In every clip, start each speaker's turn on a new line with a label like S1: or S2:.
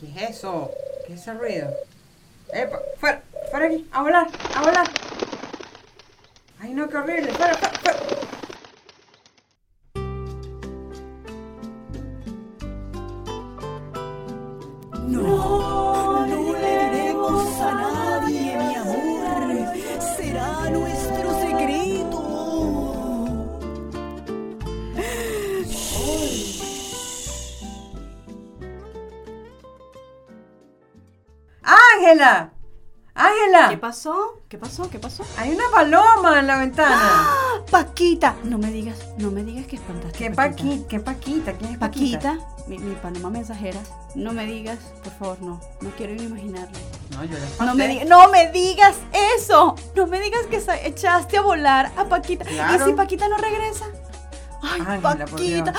S1: ¿Qué es eso? ¿Qué es ese ruido? ¡Epa! ¡Fuera! ¡Fuera aquí! ¡A volar! ¡A volar! ¡Ay no, qué horrible! ¡Fuera! ¡Fuera! fuera!
S2: No, no le diremos a nadie, mi amor. Será nuestro secreto.
S1: ¡Ángela! ¡Ángela!
S3: ¿Qué pasó? ¿Qué pasó? ¿Qué pasó?
S1: Hay una paloma en la ventana.
S3: ¡Ah! Paquita. No me digas, no me digas que espantaste.
S1: ¿Qué Paquita? ¿Qué Paquita? ¿Quién es Paquita?
S3: Paquita, mi, mi paloma mensajera. No me digas, por favor, no. No quiero ni imaginarlo.
S1: No, yo la espanté.
S3: No me, diga- no me digas eso. No me digas que sa- echaste a volar a Paquita.
S1: Claro.
S3: ¿Y si Paquita no regresa? Ay,
S1: Ángela, por Dios.
S3: Paquita.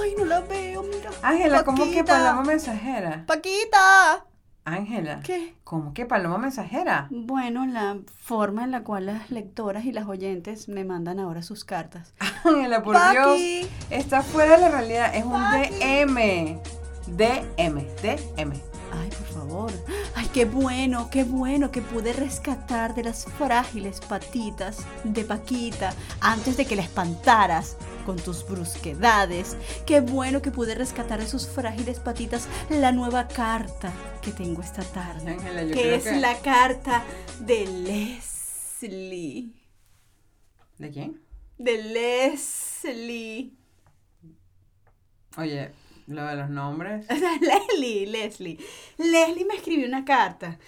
S3: Ay, no la veo, mira.
S1: Ángela, ¿cómo que
S3: Paquita.
S1: paloma mensajera?
S3: Paquita.
S1: Ángela.
S3: ¿Qué?
S1: ¿Cómo que paloma mensajera?
S3: Bueno, la forma en la cual las lectoras y las oyentes me mandan ahora sus cartas.
S1: Ángela, por Dios.
S3: Paqui.
S1: Está fuera de la realidad. Es un
S3: Paqui.
S1: DM. DM. DM.
S3: Ay, por favor. Ay, qué bueno, qué bueno que pude rescatar de las frágiles patitas de Paquita antes de que la espantaras con tus brusquedades. Qué bueno que pude rescatar de sus frágiles patitas la nueva carta que tengo esta tarde.
S1: Ángela, yo
S3: que
S1: creo
S3: es
S1: que-
S3: la carta de Leslie.
S1: ¿De quién?
S3: De Leslie.
S1: Oye, lo de los nombres.
S3: O sea, Leslie, Leslie. Leslie me escribió una carta.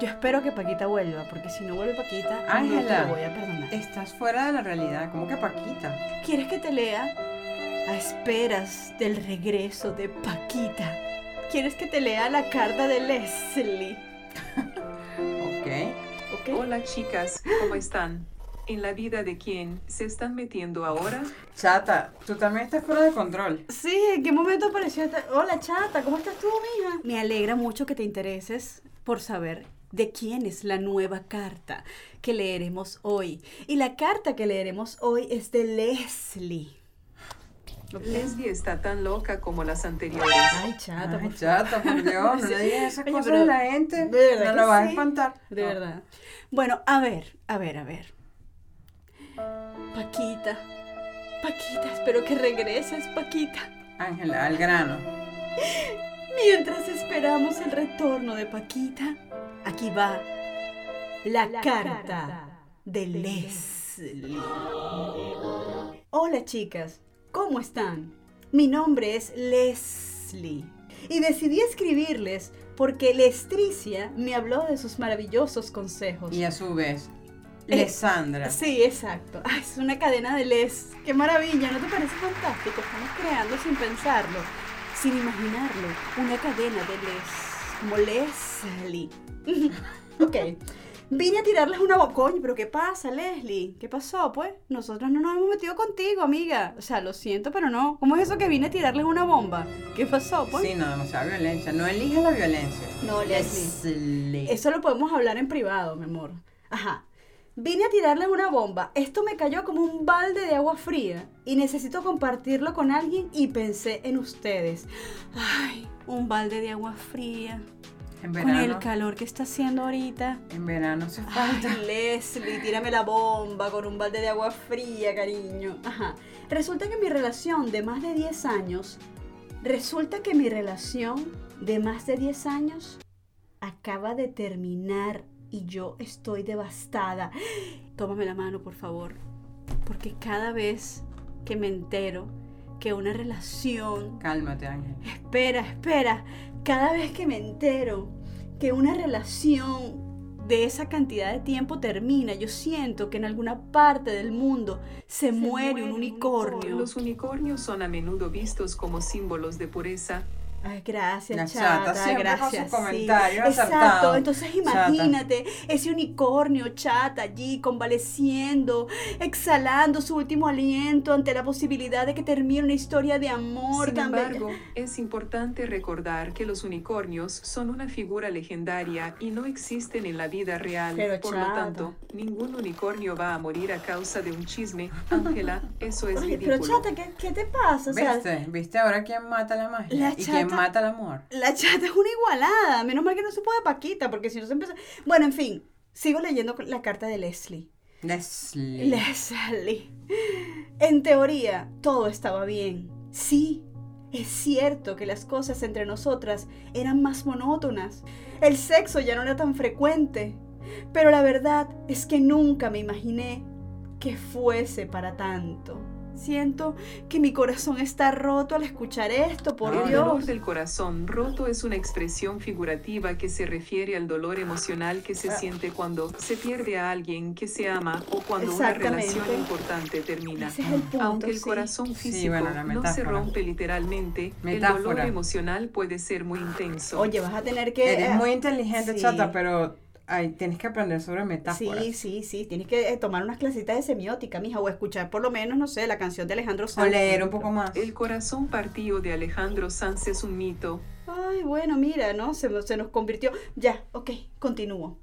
S3: Yo espero que Paquita vuelva, porque si no vuelve Paquita, no te
S1: Ángela. Eh.
S3: lo voy a perdonar.
S1: Estás fuera de la realidad. ¿Cómo que Paquita?
S3: ¿Quieres que te lea? A esperas del regreso de Paquita. ¿Quieres que te lea la carta de Leslie?
S1: Ok.
S3: ¿Ok?
S4: Hola chicas, ¿cómo están? ¿En la vida de quién se están metiendo ahora?
S1: Chata, tú también estás fuera de control.
S3: Sí, ¿en qué momento apareció esta? Hola, chata, ¿cómo estás tú, mija? Me alegra mucho que te intereses por saber de quién es la nueva carta que leeremos hoy. Y la carta que leeremos hoy es de Leslie.
S4: Leslie está tan loca como las anteriores.
S3: Ay, chata,
S1: Ay,
S3: por
S1: chata, por Dios, no le
S3: Sí.
S1: digas esas
S3: Oye,
S1: cosas
S3: pero
S1: a la gente.
S3: de verdad
S1: No
S3: que
S1: lo vas a
S3: sí.
S1: espantar.
S3: De
S1: No.
S3: verdad. Bueno, a ver, a ver, a ver. Paquita. Paquita, espero que regreses, Paquita.
S1: Ángela, al grano.
S3: Mientras esperamos el retorno de Paquita, aquí va la, carta, de Leslie. Hola chicas, ¿cómo están? Mi nombre es Leslie y decidí escribirles porque Lestricia me habló de sus maravillosos consejos.
S1: Y a su vez,
S3: Eh,
S1: Lesandra.
S3: Sí, exacto. Ay, es una cadena de les. Qué maravilla, ¿no te parece fantástico? Estamos creando sin pensarlo, sin imaginarlo, una cadena de les. Como Leslie. ok. Vine a tirarles una bo- Coño, pero ¿qué pasa, Leslie? ¿Qué pasó, pues? Nosotros no nos hemos metido contigo, amiga. O sea, lo siento, pero no. ¿Cómo es eso que vine a tirarles una bomba? ¿Qué pasó, pues?
S1: Sí, no, demasiada violencia. No elijas la violencia.
S3: No, Leslie.
S1: Leslie.
S3: Eso lo podemos hablar en privado, mi amor. Ajá. Vine a tirarles una bomba. Esto me cayó como un balde de agua fría y necesito compartirlo con alguien y pensé en ustedes. Ay, un balde de agua fría.
S1: En
S3: Con el
S1: verano.
S3: calor que está haciendo ahorita.
S1: En verano se
S3: Ay,
S1: falta.
S3: Leslie, tírame la bomba con un balde de agua fría, cariño. Ajá. Resulta que mi relación de más de 10 años, resulta que mi relación de más de 10 años acaba de terminar y yo estoy devastada. Tómame la mano, por favor, porque cada vez que me entero que una relación
S1: Cálmate, Ángela.
S3: Espera, espera. Cada vez que me entero que una relación de esa cantidad de tiempo termina, yo siento que en alguna parte del mundo se, muere, un unicornio.
S4: Los unicornios son a menudo vistos como símbolos de pureza.
S3: Ay, gracias,
S1: La
S3: chata,
S1: chata siempre con sus
S3: gracias.
S1: comentarios
S3: Exacto,
S1: acertados.
S3: entonces
S1: Chata.
S3: imagínate ese unicornio chata allí convaleciendo, exhalando su último aliento ante la posibilidad de que termine una historia de amor
S4: Sin
S3: tan bella.
S4: embargo, es importante recordar que los unicornios son una figura legendaria y no existen en la vida real.
S3: Pero,
S4: Por
S3: chata.
S4: lo tanto, ningún unicornio va a morir a causa de un chisme. Ángela, eso es
S3: Oye,
S4: ridículo.
S3: pero chata, ¿qué, qué te pasa? O sea,
S1: ¿Viste? ¿Viste ahora quién mata la magia?
S3: La
S1: ¿Y quién
S3: chata.
S1: mata el amor.
S3: La chata es una igualada. Menos mal que no supo de Paquita, porque si no se empieza. Bueno, en fin, sigo leyendo la carta de Leslie.
S1: Leslie.
S3: Leslie. En teoría, todo estaba bien. Sí, es cierto que las cosas entre nosotras eran más monótonas. El sexo ya no era tan frecuente. Pero la verdad es que nunca me imaginé que fuese para tanto. Siento que mi corazón está roto al escuchar esto, por
S1: Ay,
S4: El
S3: Dios.
S4: dolor del corazón roto es una expresión figurativa que se refiere al dolor emocional que
S3: Ah.
S4: se siente cuando se pierde a alguien que se ama o cuando una relación
S3: Exactamente.
S4: importante termina.
S3: Ese es el punto.
S4: Aunque el
S3: sí.
S4: corazón
S1: Sí,
S4: físico
S1: bueno, la
S4: no se
S1: metáfora.
S4: rompe literalmente, el dolor
S1: Metáfora.
S4: emocional puede ser muy intenso.
S3: Oye, vas a tener que. eh,
S1: Eres muy inteligente,
S3: sí.
S1: chata, pero ay, tienes que aprender sobre metáforas.
S3: Sí, sí, sí. Tienes que eh, tomar unas clasitas de semiótica, mija, o escuchar por lo menos, no sé, la canción de Alejandro
S1: O
S3: Sanz.
S1: leer un poco más.
S4: El corazón partido de Alejandro Sanz es un mito.
S3: Ay, bueno, mira, ¿no? Se, se nos convirtió. Ya, ok, continúo.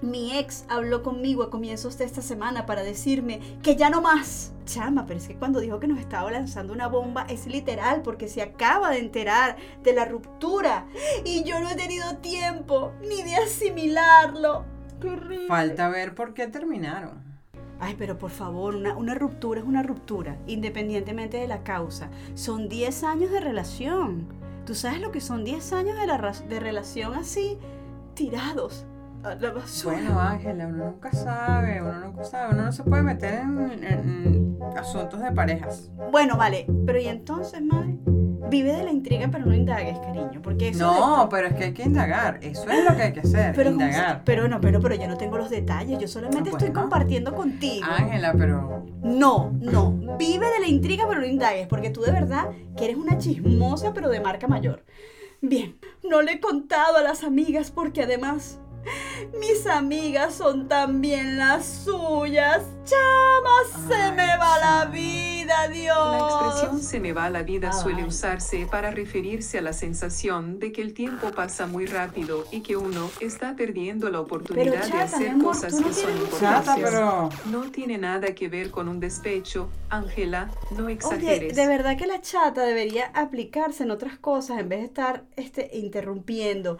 S3: Mi ex habló conmigo a comienzos de esta semana para decirme que ya no más. Chama, pero es que cuando dijo que nos estaba lanzando una bomba es literal porque se acaba de enterar de la ruptura y yo no he tenido tiempo ni de asimilarlo. Qué horrible.
S1: Falta ver por qué terminaron.
S3: Ay, pero por favor, una, una ruptura es una ruptura, independientemente de la causa. Son 10 años de relación. ¿Tú sabes lo que son 10 años de, la ra- de relación así, tirados a la basura?
S1: Bueno, Ángela, uno nunca sabe, uno nunca sabe, uno no se puede meter en, en- en asuntos de parejas.
S3: Bueno, vale, pero ¿y entonces, madre? Vive de la intriga, pero no indagues, cariño, porque eso...
S1: No, pero es que hay que indagar, eso es lo que hay que hacer,
S3: pero, ¿cómo se-
S1: indagar.
S3: pero no, pero, pero yo no tengo los detalles, yo solamente
S1: Ah,
S3: estoy
S1: bueno.
S3: compartiendo contigo.
S1: Ángela, pero
S3: No, no. Vive de la intriga, pero no indagues, porque tú de verdad que eres una chismosa, pero de marca mayor. Bien, no le he contado a las amigas porque además mis amigas son también las suyas. Chamas, se
S1: Ay,
S3: me va la
S1: chama.
S3: vida,
S4: La expresión
S3: Dios.
S4: se me va la vida
S3: Ah,
S4: suele
S3: vale.
S4: usarse para referirse a la sensación de que el tiempo pasa muy rápido y que uno está perdiendo la oportunidad de
S3: chata, mi
S4: hacer
S3: amor,
S4: cosas
S3: tú no
S4: que son
S3: tienes un
S4: importantes.
S1: chata, pero
S4: No tiene nada que ver con un despecho, Ángela, no
S3: Oye,
S4: exageres.
S3: de verdad que la chata debería aplicarse en otras cosas en vez de estar este, interrumpiendo.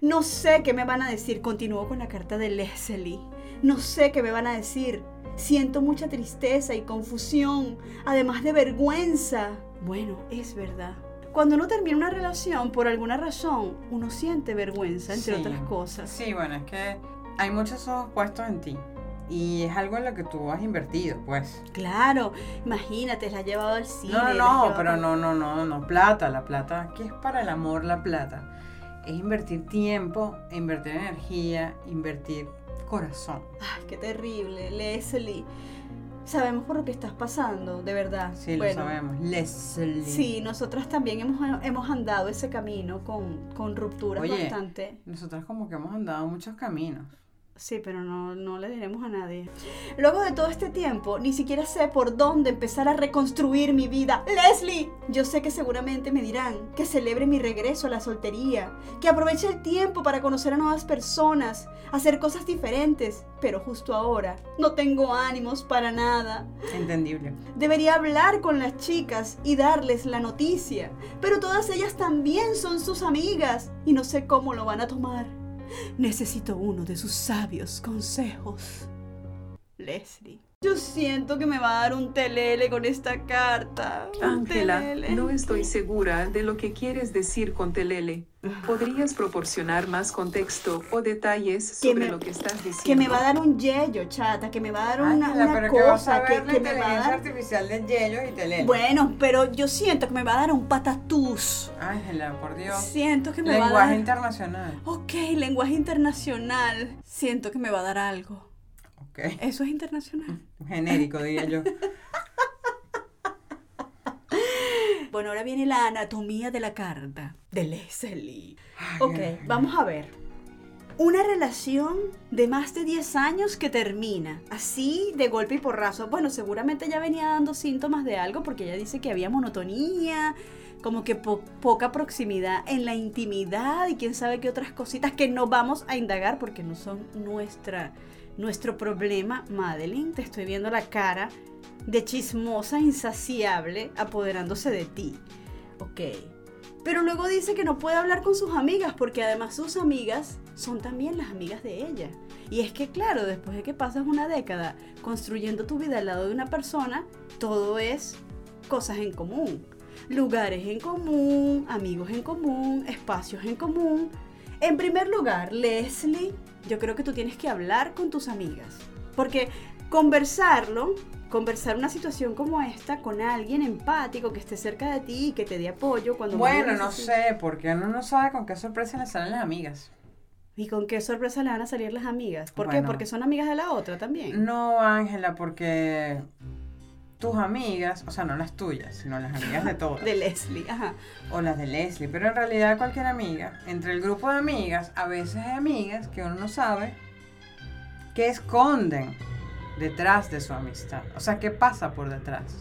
S3: No sé qué me van a decir, continuó con la carta de Leslie. No sé qué me van a decir. Siento mucha tristeza y confusión, además de vergüenza. Bueno, es verdad. Cuando uno termina una relación, por alguna razón, uno siente vergüenza, entre
S1: Sí.
S3: otras cosas.
S1: Sí, bueno, es que hay muchos ojos puestos en ti y es algo en lo que tú has invertido, pues.
S3: Claro, imagínate, la has llevado al cine.
S1: No,
S3: la has
S1: no, no,
S3: llevado-
S1: pero no, no, no, no, plata, la plata, ¿qué es para el amor la plata? Es invertir tiempo, invertir energía, invertir corazón.
S3: Ay, qué terrible, Leslie. Sabemos por lo que estás pasando, de verdad.
S1: Sí,
S3: Bueno,
S1: lo sabemos. Leslie.
S3: Sí, nosotras también hemos, hemos andado ese camino con, con rupturas
S1: Oye.
S3: bastante.
S1: Nosotras como que hemos andado muchos caminos.
S3: Sí, pero no, no le diremos a nadie. Luego de todo este tiempo, ni siquiera sé por dónde empezar a reconstruir mi vida. ¡Leslie! Yo sé que seguramente me dirán que celebre mi regreso a la soltería, que aproveche el tiempo para conocer a nuevas personas, hacer cosas diferentes, pero justo ahora no tengo ánimos para nada.
S1: Entendible.
S3: Debería hablar con las chicas y darles la noticia, pero todas ellas también son sus amigas y no sé cómo lo van a tomar. Necesito uno de sus sabios consejos. Leslie. Yo siento que me va a dar un telele con esta carta. un
S4: Ángela,
S3: telele.
S4: no estoy segura de lo que quieres decir con Telele. ¿Podrías proporcionar más contexto o detalles
S3: Que
S4: sobre
S3: me-
S4: lo que estás diciendo?
S3: Que me va a dar un yello, chata, que me va a dar una,
S1: Ángela,
S3: una
S1: pero que vas a
S3: cosa
S1: ver
S3: que,
S1: la
S3: que me va a
S1: inteligencia
S3: dar.
S1: artificial de hielo y Telele.
S3: Bueno, pero yo siento que me va a dar un patatús.
S1: Ángela, por Dios.
S3: Siento que me va a
S1: Lenguaje
S3: dar.
S1: internacional.
S3: Ok, lenguaje internacional. Siento que me va a dar algo.
S1: Ok.
S3: Eso es internacional.
S1: Genérico, diría yo.
S3: Bueno, ahora viene la anatomía de la carta de Leslie.
S1: Ay,
S3: Ok,
S1: ay, ay.
S3: vamos a ver. Una relación de más de 10 años que termina, así de golpe y porrazo. Bueno, seguramente ya venía dando síntomas de algo porque ella dice que había monotonía, como que po- poca proximidad en la intimidad y quién sabe qué otras cositas que no vamos a indagar porque no son nuestra, nuestro problema, Madeline. Te estoy viendo la cara de chismosa insaciable apoderándose de ti. Ok. Pero luego dice que no puede hablar con sus amigas porque además sus amigas son también las amigas de ella. Y es que claro, después de que pasas una década construyendo tu vida al lado de una persona, todo es cosas en común. Lugares en común, amigos en común, espacios en común. En primer lugar, Leslie, yo creo que tú tienes que hablar con tus amigas. Porque conversarlo, conversar una situación como esta con alguien empático que esté cerca de ti y que te dé apoyo cuando...
S1: Bueno,
S3: más lo
S1: no
S3: necesites.
S1: sé, porque uno no sabe con qué sorpresa le salen las amigas.
S3: ¿Y con qué sorpresa le van a salir las amigas? ¿Por qué?
S1: Bueno.
S3: Porque son amigas de la otra también.
S1: No, Ángela, porque tus amigas, o sea, no las tuyas, sino las amigas de todas,
S3: De Leslie, ajá.
S1: o las de Leslie, pero en realidad cualquier amiga, entre el grupo de amigas, a veces hay amigas que uno no sabe que esconden detrás de su amistad, o sea, qué pasa por detrás.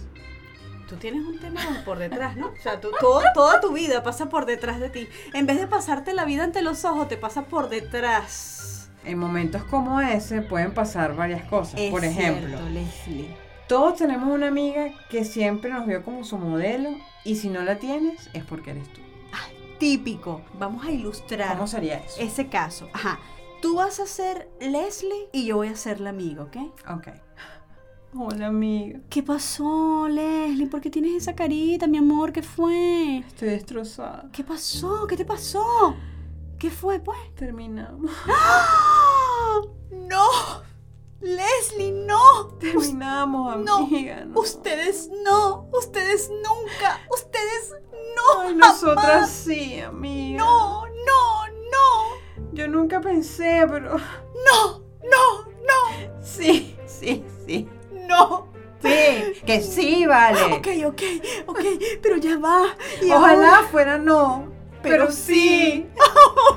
S3: Tú tienes un tema con- por detrás, ¿no? O sea, tú- todo- toda tu vida pasa por detrás de ti. En vez de pasarte la vida ante los ojos, te pasa por detrás.
S1: En momentos como ese pueden pasar varias cosas.
S3: Es
S1: por ejemplo,
S3: cierto, Leslie.
S1: todos tenemos una amiga que siempre nos vio como su modelo y si no la tienes es porque eres tú.
S3: Típico. Vamos a ilustrar
S1: ¿Cómo sería eso?
S3: ese caso. Ajá. Tú vas a ser Leslie y yo voy a ser la amiga, ¿ok?
S1: Ok. Hola amiga.
S3: ¿Qué pasó, Leslie? ¿Por qué tienes esa carita, mi amor? ¿Qué fue?
S1: Estoy destrozada.
S3: ¿Qué pasó? ¿Qué te pasó? ¿Qué fue, pues?
S1: Terminamos.
S3: ¡Ah! ¡No! ¡Leslie, no!
S1: Terminamos,
S3: No.
S1: amiga. no.
S3: Ustedes no, ustedes nunca, ustedes no.
S1: Ay, nosotras sí, amiga.
S3: No, no, no,
S1: Yo nunca pensé, pero.
S3: no, no, no,
S1: Sí, sí, sí.
S3: no.
S1: Sí, que sí, vale.
S3: Ok, ok, ok, pero ya va. Y ahora-
S1: Ojalá fuera no.
S3: Pero
S1: Pero, sí.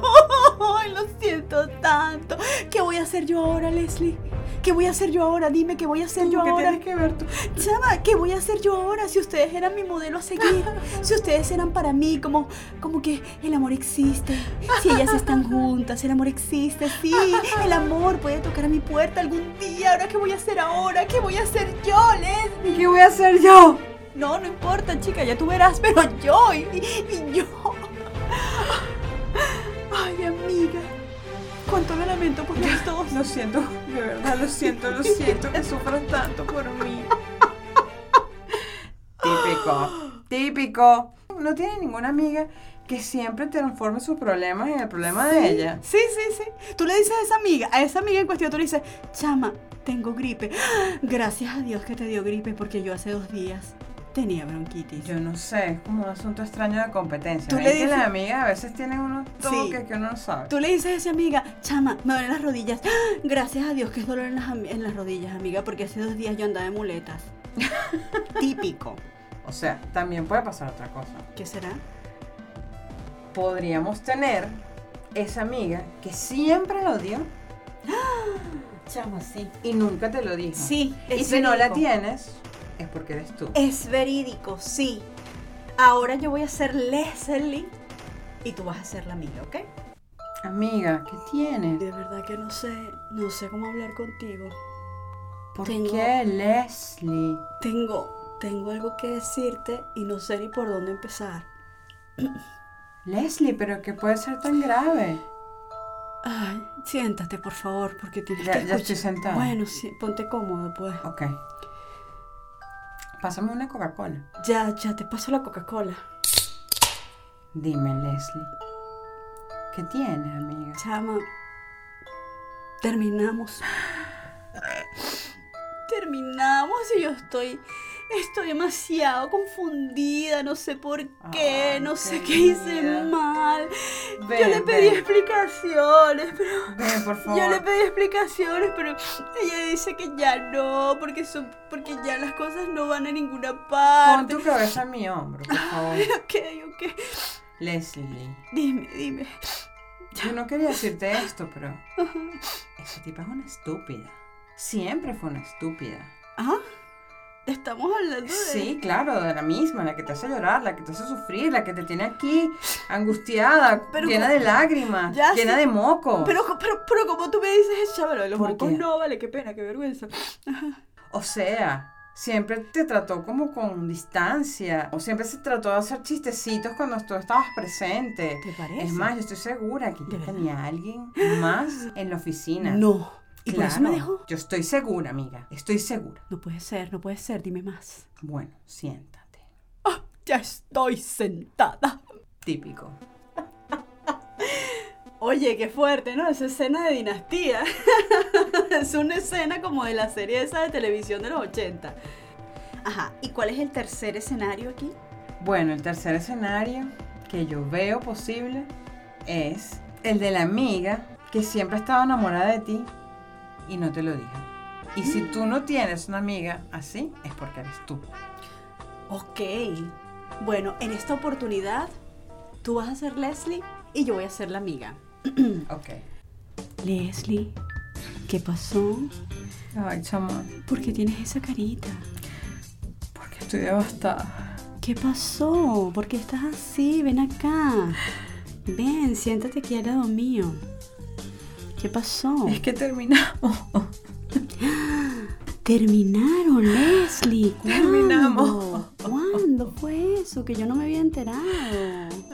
S3: Ay, lo siento tanto. ¿Qué voy a hacer yo ahora, Leslie? ¿Qué voy a hacer yo ahora? Dime, ¿qué voy a hacer yo
S1: ¿Qué
S3: ahora?
S1: tienes que ver tú?
S3: Chama, ¿qué voy a hacer yo ahora si ustedes eran mi modelo a seguir? Si ustedes eran para mí como, como que el amor existe. Si ellas están juntas, el amor existe, sí. El amor puede tocar a mi puerta algún día. ¿Ahora qué voy a hacer ahora? ¿Qué voy a hacer yo, Les?
S1: ¿Y qué voy a hacer yo?
S3: No, no importa, chica, ya tú verás, pero yo y, y yo. Ay, amiga, cuánto me lamento por los dos.
S1: Lo siento, de
S3: Ah,
S1: verdad, lo siento, lo siento que sufras tanto por mí. Típico, típico. No tiene ninguna amiga que siempre transforme sus problemas en el problema de ella.
S3: Sí, sí, sí. Tú le dices a esa amiga, a esa amiga en cuestión, tú le dices, chama, tengo gripe. Gracias a Dios que te dio gripe porque yo hace dos días tenía bronquitis.
S1: Yo no sé, es como un asunto extraño de competencia.
S3: Tú
S1: Ven
S3: le
S1: que
S3: dices-
S1: las amigas a veces tienen unos toques que uno no sabe.
S3: Tú le dices a esa amiga, chama, me duelen las rodillas. Gracias a Dios que es dolor en las, am- en las rodillas, amiga, porque hace dos días yo andaba de muletas. Típico.
S1: O sea, también puede pasar otra cosa.
S3: ¿Qué será?
S1: Podríamos tener esa amiga que siempre lo dio
S3: Chama, ¡Ah! sí.
S1: y nunca te lo dijo.
S3: Sí,
S1: Y
S3: es
S1: si no la
S3: verídico.
S1: tienes, es porque eres tú.
S3: Es verídico, sí. Ahora yo voy a ser Leslie y tú vas a ser la amiga, ¿ok?
S1: Amiga, ¿qué tienes?
S3: De verdad que no sé, no sé cómo hablar contigo.
S1: ¿Por
S3: Tengo-
S1: qué Leslie?
S3: Tengo, tengo algo que decirte y no sé ni por dónde empezar.
S1: Leslie, pero ¿qué puede ser tan grave?
S3: Ay, siéntate por favor, porque tienes
S1: Ya-
S3: que
S1: ya estoy
S3: escuchar-
S1: sentada.
S3: Bueno, sí, ponte cómodo, pues.
S1: Ok. Pásame una Coca-Cola.
S3: Ya, ya, te paso la Coca-Cola.
S1: Dime, Leslie. ¿Qué tienes, amiga?
S3: Chama, terminamos. Terminamos y yo estoy, estoy demasiado confundida, no sé por qué,
S1: Ay,
S3: no sé qué
S1: querida.
S3: hice mal. yo
S1: Ven,
S3: le pedí
S1: ven.
S3: explicaciones, pero
S1: Ven, por favor.
S3: Yo le pedí explicaciones, pero ella dice que ya no, porque son, porque ya las cosas no van a ninguna
S1: Pon
S3: parte.
S1: tu cabeza en mi hombro, por favor.
S3: Ok, ok.
S1: Leslie,
S3: Dime, dime.
S1: yo no quería decirte esto, pero... Esa tipa es una estúpida. Siempre fue una estúpida.
S3: ¿Ah? Estamos hablando de.
S1: Sí, claro, de la misma, la que te hace llorar, la que te hace sufrir, la que te tiene aquí angustiada,
S3: Pero
S1: llena
S3: ¿cómo?
S1: de lágrimas,
S3: Ya
S1: llena
S3: sé.
S1: de moco.
S3: Pero, pero, pero como tú me dices, ya, pero los
S1: ¿Por
S3: mocos
S1: qué?
S3: no, vale, qué pena, qué vergüenza.
S1: O sea, siempre te trató como con distancia, o siempre se trató de hacer chistecitos cuando tú estabas presente.
S3: ¿Te parece?
S1: Es más, yo estoy segura que
S3: ¿De
S1: yo
S3: verdad?
S1: tenía alguien más en la oficina.
S3: No. ¿Y por eso me
S1: Claro,
S3: dejó?
S1: Yo estoy segura, amiga. Estoy segura.
S3: No puede ser, no puede ser, dime más.
S1: Bueno, siéntate.
S3: Ya estoy sentada.
S1: Típico.
S3: Oye, qué fuerte, ¿no? Esa escena de dinastía. es una escena como de la serie esa de televisión de los 80. Ajá, ¿y cuál es el tercer escenario aquí?
S1: Bueno, el tercer escenario que yo veo posible es el de la amiga que siempre estaba enamorada de ti y no te lo dijo. Y si tú no tienes una amiga así, es porque eres tú.
S3: Ok. Bueno, en esta oportunidad, tú vas a ser Leslie y yo voy a ser la amiga.
S1: Ok.
S3: Leslie, ¿qué pasó?
S1: Ay, chamo,
S3: ¿Por qué tienes esa carita?
S1: porque estoy devastada.
S3: ¿Qué pasó? ¿Por qué estás así? Ven acá. Ven, siéntate aquí al lado mío. ¿Qué pasó?
S1: Es que terminamos.
S3: Terminaron, Leslie. ¿Cuándo?
S1: Terminamos.
S3: ¿Cuándo fue eso? Que yo no me había enterado.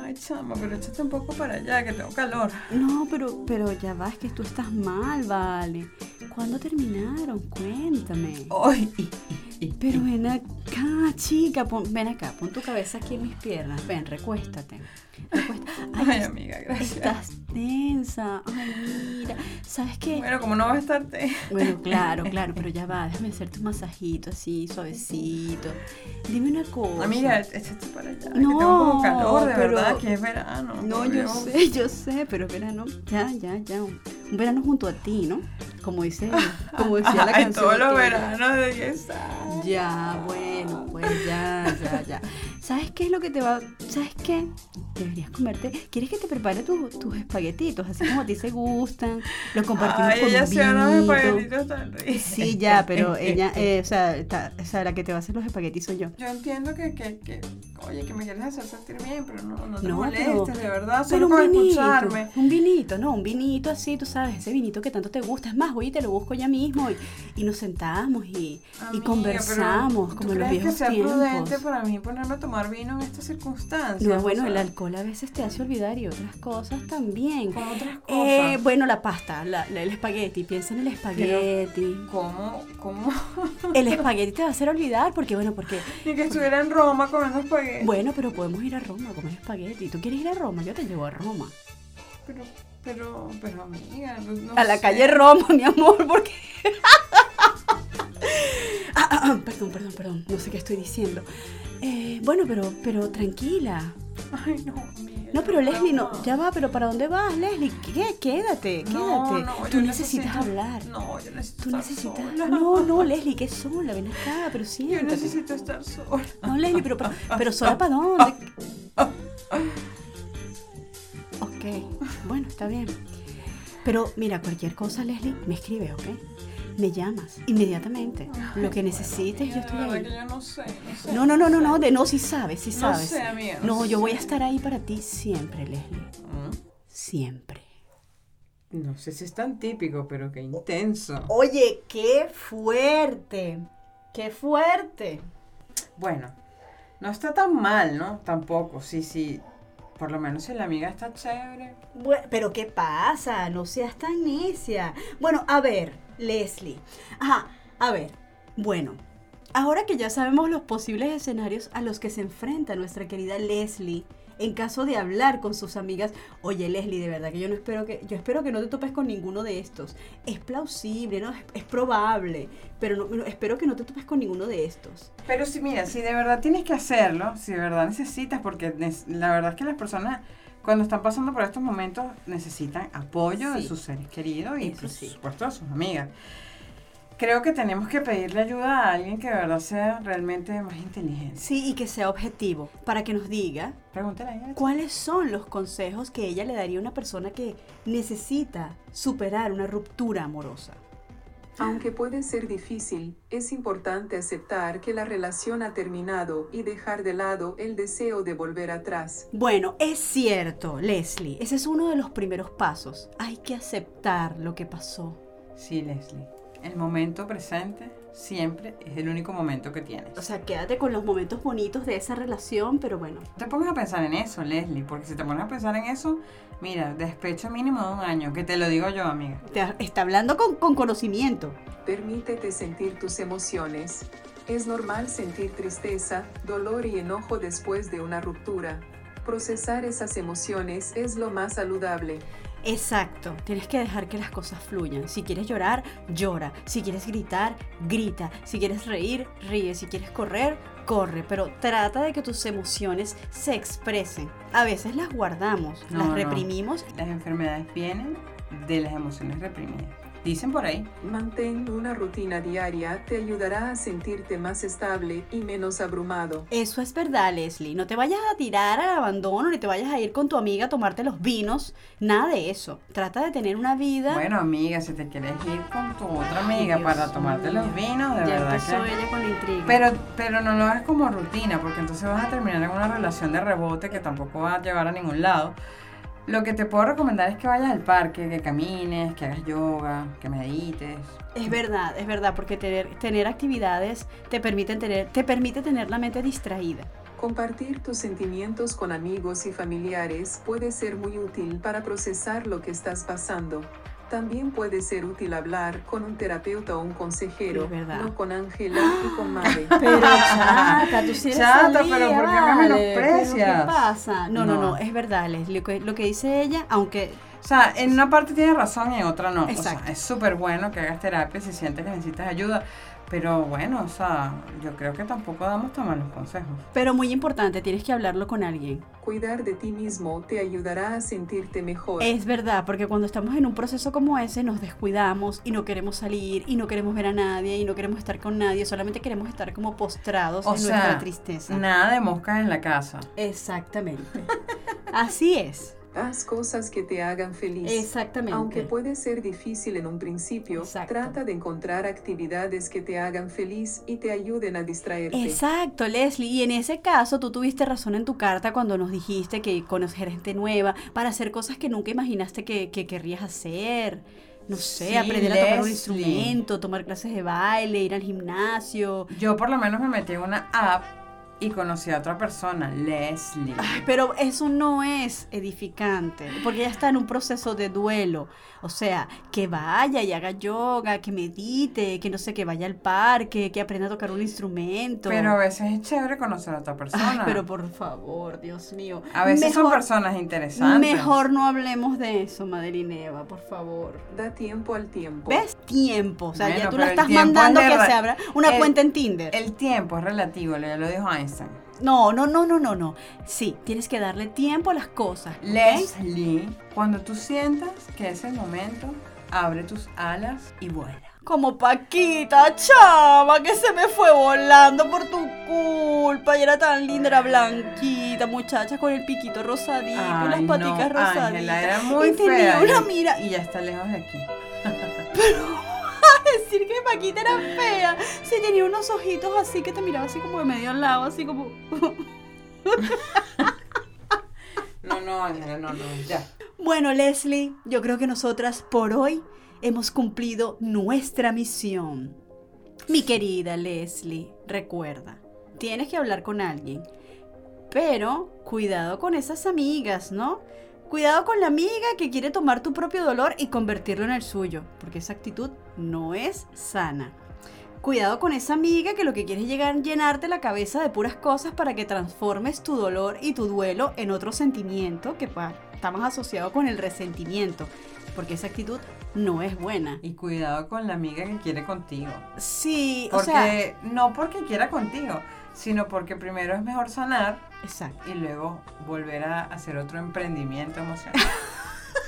S1: Ay, chamo, pero échate un poco para allá, que tengo calor.
S3: No, pero, pero ya vas que tú estás mal, vale. ¿Cuándo terminaron? Cuéntame.
S1: Ay,
S3: Pero ven acá, chica. pon- ven acá, pon tu cabeza aquí en mis piernas. Ven, recuéstate. Recuéstate.
S1: ay, amiga, gracias.
S3: Estás tensa. Ay, mira. ¿Sabes qué? Bueno,
S1: Bueno, como no va a estarte.
S3: claro, claro, pero ya va. Déjame hacerte un masajito así, suavecito. Dime una cosa.
S1: Amiga, échate para allá. que
S3: No,
S1: tengo como calor, de
S3: pero-
S1: verdad, que es verano.
S3: No,
S1: por
S3: yo
S1: Dios.
S3: sé, yo sé, pero es verano, ya, ya, ya. Un un verano junto a ti, ¿no? Como dice, como decía la
S1: Ay,
S3: canción.
S1: todos los
S3: que-
S1: veranos de 10 años.
S3: Ya, bueno, pues ya, ya, ya. ¿Sabes qué es lo que te va? ¿Sabes qué? Deberías comerte. ¿Quieres que te prepare tu- tus espaguetitos, así como a ti te gustan? Los compartimos
S1: Ay,
S3: con
S1: ella
S3: un
S1: se unos
S3: vinito.
S1: espaguetitos tan ricos.
S3: Sí, ya, pero ella, eh, o, sea, ta- o sea, la que te va a hacer los espaguetis soy yo.
S1: Yo entiendo que, que, que, oye, que me quieres hacer sentir bien, pero no, no te
S3: No,
S1: molestes,
S3: pero-
S1: de verdad,
S3: Pero
S1: solo
S3: un
S1: por
S3: vinito,
S1: escucharme.
S3: un vinito, no, un vinito así, tú sabes, ese vinito que tanto te gusta. Es más, oye, te lo busco ya mismo y, y nos sentamos y, y
S1: Amiga,
S3: conversamos
S1: pero,
S3: como
S1: ¿tú
S3: en los
S1: crees que
S3: viejos
S1: sea prudente
S3: tiempos.
S1: para mí ponerme a tomar vino en estas circunstancias?
S3: No, bueno,
S1: O
S3: el
S1: sea,
S3: alcohol a veces te hace olvidar y otras cosas también.
S1: Con otras cosas.
S3: Eh, bueno, la pasta, la- la- el espagueti, piensa en el espagueti.
S1: ¿Cómo? ¿Cómo?
S3: El espagueti te va a hacer olvidar porque, bueno, porque,
S1: Ni que estuviera en Roma comiendo espagueti.
S3: bueno, pero podemos ir a Roma a comer espagueti. ¿Tú quieres ir a Roma? Yo te llevo a Roma.
S1: Pero, pero, pero, amiga, no, no
S3: A la
S1: sé.
S3: calle Roma, mi amor, porque... Ah, ah, ah, perdón, perdón, perdón, no sé qué estoy diciendo. Eh, bueno, pero, pero tranquila.
S1: Ay, no, amiga.
S3: No, pero Leslie, no,
S1: no.
S3: ya va, pero ¿para dónde vas, Leslie? ¿Qué? Quédate, quédate.
S1: No, no,
S3: Tú
S1: yo
S3: necesitas
S1: necesito-
S3: hablar.
S1: No, yo necesito
S3: Tú
S1: estar
S3: necesitas...
S1: sola.
S3: No, no, Leslie, que sola, ven acá, pero
S1: Yo
S3: siéntate.
S1: necesito estar sola.
S3: No, Leslie, pero, pero, pero sola para dónde. Ok, bueno, está bien. Pero mira, cualquier cosa, Leslie, me escribe, ¿ok? Me llamas inmediatamente. Lo que necesites, yo estoy
S1: De verdad
S3: ahí.
S1: que yo no sé, no sé.
S3: No, no, no, no, no, de no, si sabes, si
S1: No
S3: sabes.
S1: sé, amiga, no
S3: No,
S1: sé.
S3: yo voy a estar ahí para ti siempre, Leslie.
S1: Mm.
S3: Siempre.
S1: No sé si es tan típico, pero qué intenso.
S3: Oye, qué fuerte. Qué fuerte.
S1: Bueno, no está tan mal, ¿no? Tampoco, sí, sí. Por lo menos si la amiga está chévere.
S3: Bue- pero ¿qué pasa? No seas tan necia. Bueno, a ver, Leslie. Ajá, a ver. Bueno, ahora que ya sabemos los posibles escenarios a los que se enfrenta nuestra querida Leslie en caso de hablar con sus amigas, oye Leslie, de verdad que yo no espero que yo espero que no te topes con ninguno de estos. Es plausible, no es, es probable, pero no- no- espero que no te topes con ninguno de estos.
S1: Pero si, mira, si de verdad tienes que hacerlo, si de verdad necesitas, porque nes- la verdad es que las personas cuando están pasando por estos momentos necesitan apoyo de
S3: Sí.
S1: sus seres queridos y pues,
S3: Eso
S1: por
S3: sí.
S1: supuesto de sus amigas. Creo que tenemos que pedirle ayuda a alguien que de verdad sea realmente más inteligente.
S3: Sí, y que sea objetivo, para que nos diga
S1: Pregúntale a ella.
S3: ¿Cuáles son los consejos que ella le daría a una persona que necesita superar una ruptura amorosa?
S4: Aunque puede ser difícil, es importante aceptar que la relación ha terminado y dejar de lado el deseo de volver atrás.
S3: Bueno, es cierto, Leslie, ese es uno de los primeros pasos. Hay que aceptar lo que pasó.
S1: Sí, Leslie. El momento presente siempre es el único momento que tienes.
S3: O sea, quédate con los momentos bonitos de esa relación, pero bueno.
S1: te pongas a pensar en eso, Leslie, porque si te pones a pensar en eso, mira, despecho mínimo de un año, que te lo digo yo, amiga.
S3: Te- está hablando con, con conocimiento.
S4: Permítete sentir tus emociones. Es normal sentir tristeza, dolor y enojo después de una ruptura. Procesar esas emociones es lo más saludable.
S3: Exacto, tienes que dejar que las cosas fluyan. Si quieres llorar, llora. Si quieres gritar, grita. Si quieres reír, ríe. Si quieres correr, corre. Pero trata de que tus emociones se expresen. A veces las guardamos,
S1: No,
S3: las
S1: no.
S3: reprimimos.
S1: Las enfermedades vienen de las emociones reprimidas. Dicen por ahí.
S4: Mantén una rutina diaria, te ayudará a sentirte más estable y menos abrumado.
S3: Eso es verdad, Leslie. No te vayas a tirar al abandono ni te vayas a ir con tu amiga a tomarte los vinos. Nada de eso. Trata de tener una vida.
S1: Bueno, amiga, si te quieres ir con tu otra
S3: Ay,
S1: amiga
S3: Dios
S1: para tomarte los
S3: mío.
S1: vinos, de
S3: ya
S1: verdad
S3: empezó
S1: que.
S3: ella con la intriga.
S1: Pero, pero no lo hagas como rutina, porque entonces vas a terminar en una relación de rebote que tampoco va a llevar a ningún lado. Lo que te puedo recomendar es que vayas al parque, que camines, que hagas yoga, que medites.
S3: Es verdad, es verdad, porque tener, tener actividades te, permiten tener, te permite tener la mente distraída.
S4: Compartir tus sentimientos con amigos y familiares puede ser muy útil para procesar lo que estás pasando. También puede ser útil hablar con un terapeuta o un consejero,
S3: Es verdad.
S4: no con Ángela y con Mare.
S3: Pero chata, tú sí eres
S1: Chata,
S3: salida,
S1: pero ¿por qué me
S3: vale,
S1: menosprecias?
S3: pero ¿Qué pasa? No, no, no,
S1: No.
S3: es verdad, Leslie, lo que, lo que dice ella, aunque
S1: O sea, en una parte tienes razón y en otra no. O sea,
S3: Exacto.
S1: es súper bueno que hagas terapia si sientes que necesitas ayuda. Pero bueno, o sea, yo creo que tampoco damos tan malos consejos.
S3: pero muy importante, tienes que hablarlo con alguien.
S4: Cuidar de ti mismo te ayudará a sentirte mejor.
S3: Es verdad, porque cuando estamos en un proceso como ese nos descuidamos y no queremos salir y no queremos ver a nadie y no queremos estar con nadie, solamente queremos estar como postrados
S1: O
S3: en
S1: sea,
S3: nuestra tristeza.
S1: Nada de moscas en la casa.
S3: Exactamente. Así es.
S4: Haz cosas que te hagan feliz.
S3: Exactamente.
S4: Aunque puede ser difícil en un principio,
S3: Exacto.
S4: trata de encontrar actividades que te hagan feliz y te ayuden a distraerte.
S3: Exacto, Leslie. Y en ese caso, tú tuviste razón en tu carta cuando nos dijiste que conocer gente nueva para hacer cosas que nunca imaginaste que, que querrías hacer. No sé,
S1: Sí,
S3: aprender a tocar un
S1: Leslie.
S3: instrumento, tomar clases de baile, ir al gimnasio.
S1: Yo por lo menos me metí en una app y conocí a otra persona, Leslie.
S3: Ay, pero eso no es edificante, porque ella está en un proceso de duelo. O sea, que vaya y haga yoga, que medite, que no sé, que vaya al parque, que aprenda a tocar un instrumento.
S1: Pero a veces es chévere conocer a otra
S3: Ay,
S1: persona.
S3: pero por favor, Dios mío.
S1: a veces son
S3: Mejor-
S1: personas interesantes.
S3: Mejor no hablemos de eso, Madelineva, por favor.
S4: Da tiempo al tiempo.
S3: ¿Ves? Tiempo. O sea,
S1: Bueno,
S3: ya tú
S1: pero
S3: le
S1: el
S3: estás
S1: tiempo
S3: mandando
S1: es de
S3: que
S1: ra-
S3: se abra una
S1: el-
S3: cuenta en Tinder.
S1: El tiempo es relativo, ya lo dijo Einstein.
S3: No, no, no, no, no, no. Sí, tienes que darle tiempo a las cosas. ¿ok?
S1: Leslie, cuando tú sientas que es el momento, abre tus alas y vuela.
S3: Como Paquita, chava, que se me fue volando por tu culpa. Y era tan linda, era blanquita, muchacha con el piquito rosadito, y las
S1: Ay,
S3: paticas
S1: no,
S3: rosaditas.
S1: Ángela, era muy
S3: y tenía
S1: fea.
S3: una
S1: y-
S3: mira.
S1: Y ya está lejos de aquí.
S3: decir que Paquita era fea. Si tenía unos ojitos así que te miraba así como de medio lado, así como.
S1: No, no, Ángela, no, no, ya.
S3: Bueno, Leslie, yo creo que nosotras por hoy hemos cumplido nuestra misión. Mi querida Leslie, recuerda, tienes que hablar con alguien. Pero cuidado con esas amigas, ¿no? Cuidado con la amiga que quiere tomar tu propio dolor y convertirlo en el suyo, porque esa actitud no es sana. Cuidado con esa amiga que lo que quiere es llegar llenarte la cabeza de puras cosas para que transformes tu dolor y tu duelo en otro sentimiento que pa- está más asociado con el resentimiento, porque esa actitud no es buena.
S1: Y cuidado con la amiga que quiere contigo.
S3: Sí, o sea,
S1: Porque, no porque quiera contigo, sino porque primero es mejor sanar
S3: exacto.
S1: y luego volver a hacer otro emprendimiento emocional.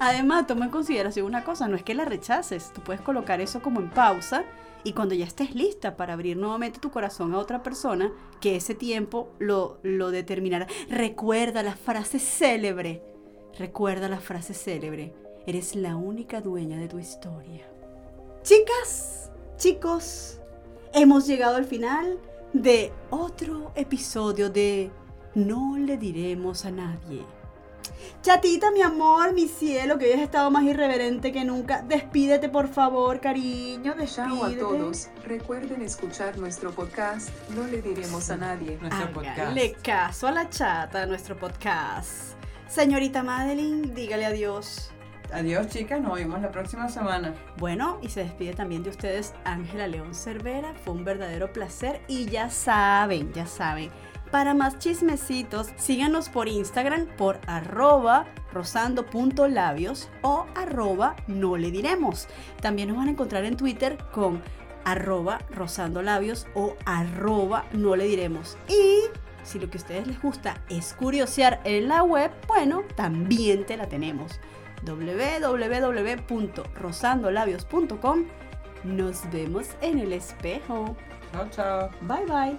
S3: Además, toma en consideración una cosa, no es que la rechaces, tú puedes colocar eso como en pausa y cuando ya estés lista para abrir nuevamente tu corazón a otra persona, que ese tiempo lo, lo determinará. Recuerda la frase célebre, recuerda la frase célebre, eres la única dueña de tu historia. Chicas, chicos, hemos llegado al final de otro episodio de No le diremos a nadie. Chatita, mi amor, mi cielo, que hoy has estado más irreverente que nunca. Despídete, por favor, cariño.
S4: Chao a
S3: Despídete.
S4: todos. Recuerden escuchar nuestro podcast. No le diremos a nadie.
S1: Nuestro podcast.
S3: Háganle caso a la chata de nuestro podcast. Señorita Madeline, dígale adiós.
S1: Adiós, chicas. Nos vemos la próxima semana.
S3: Bueno, y se despide también de ustedes Ángela León Cervera. Fue un verdadero placer y ya saben, ya saben. Para más chismecitos, síganos por Instagram por arroba rosando.labios o arroba no le diremos. También nos van a encontrar en Twitter con arroba rosandolabios o arroba no le diremos. Y si lo que a ustedes les gusta es curiosear en la web, bueno, también te la tenemos. www.rosandolabios.com Nos vemos en el espejo.
S1: Chao, chao.
S3: Bye bye.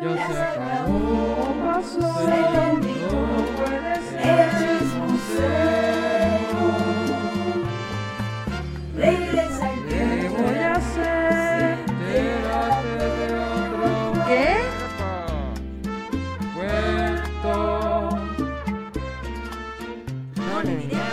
S1: Yo se acabó, pasó, se puede ser. ¿Qué voy a hacer? ¿Qué? Cuento. No le diré.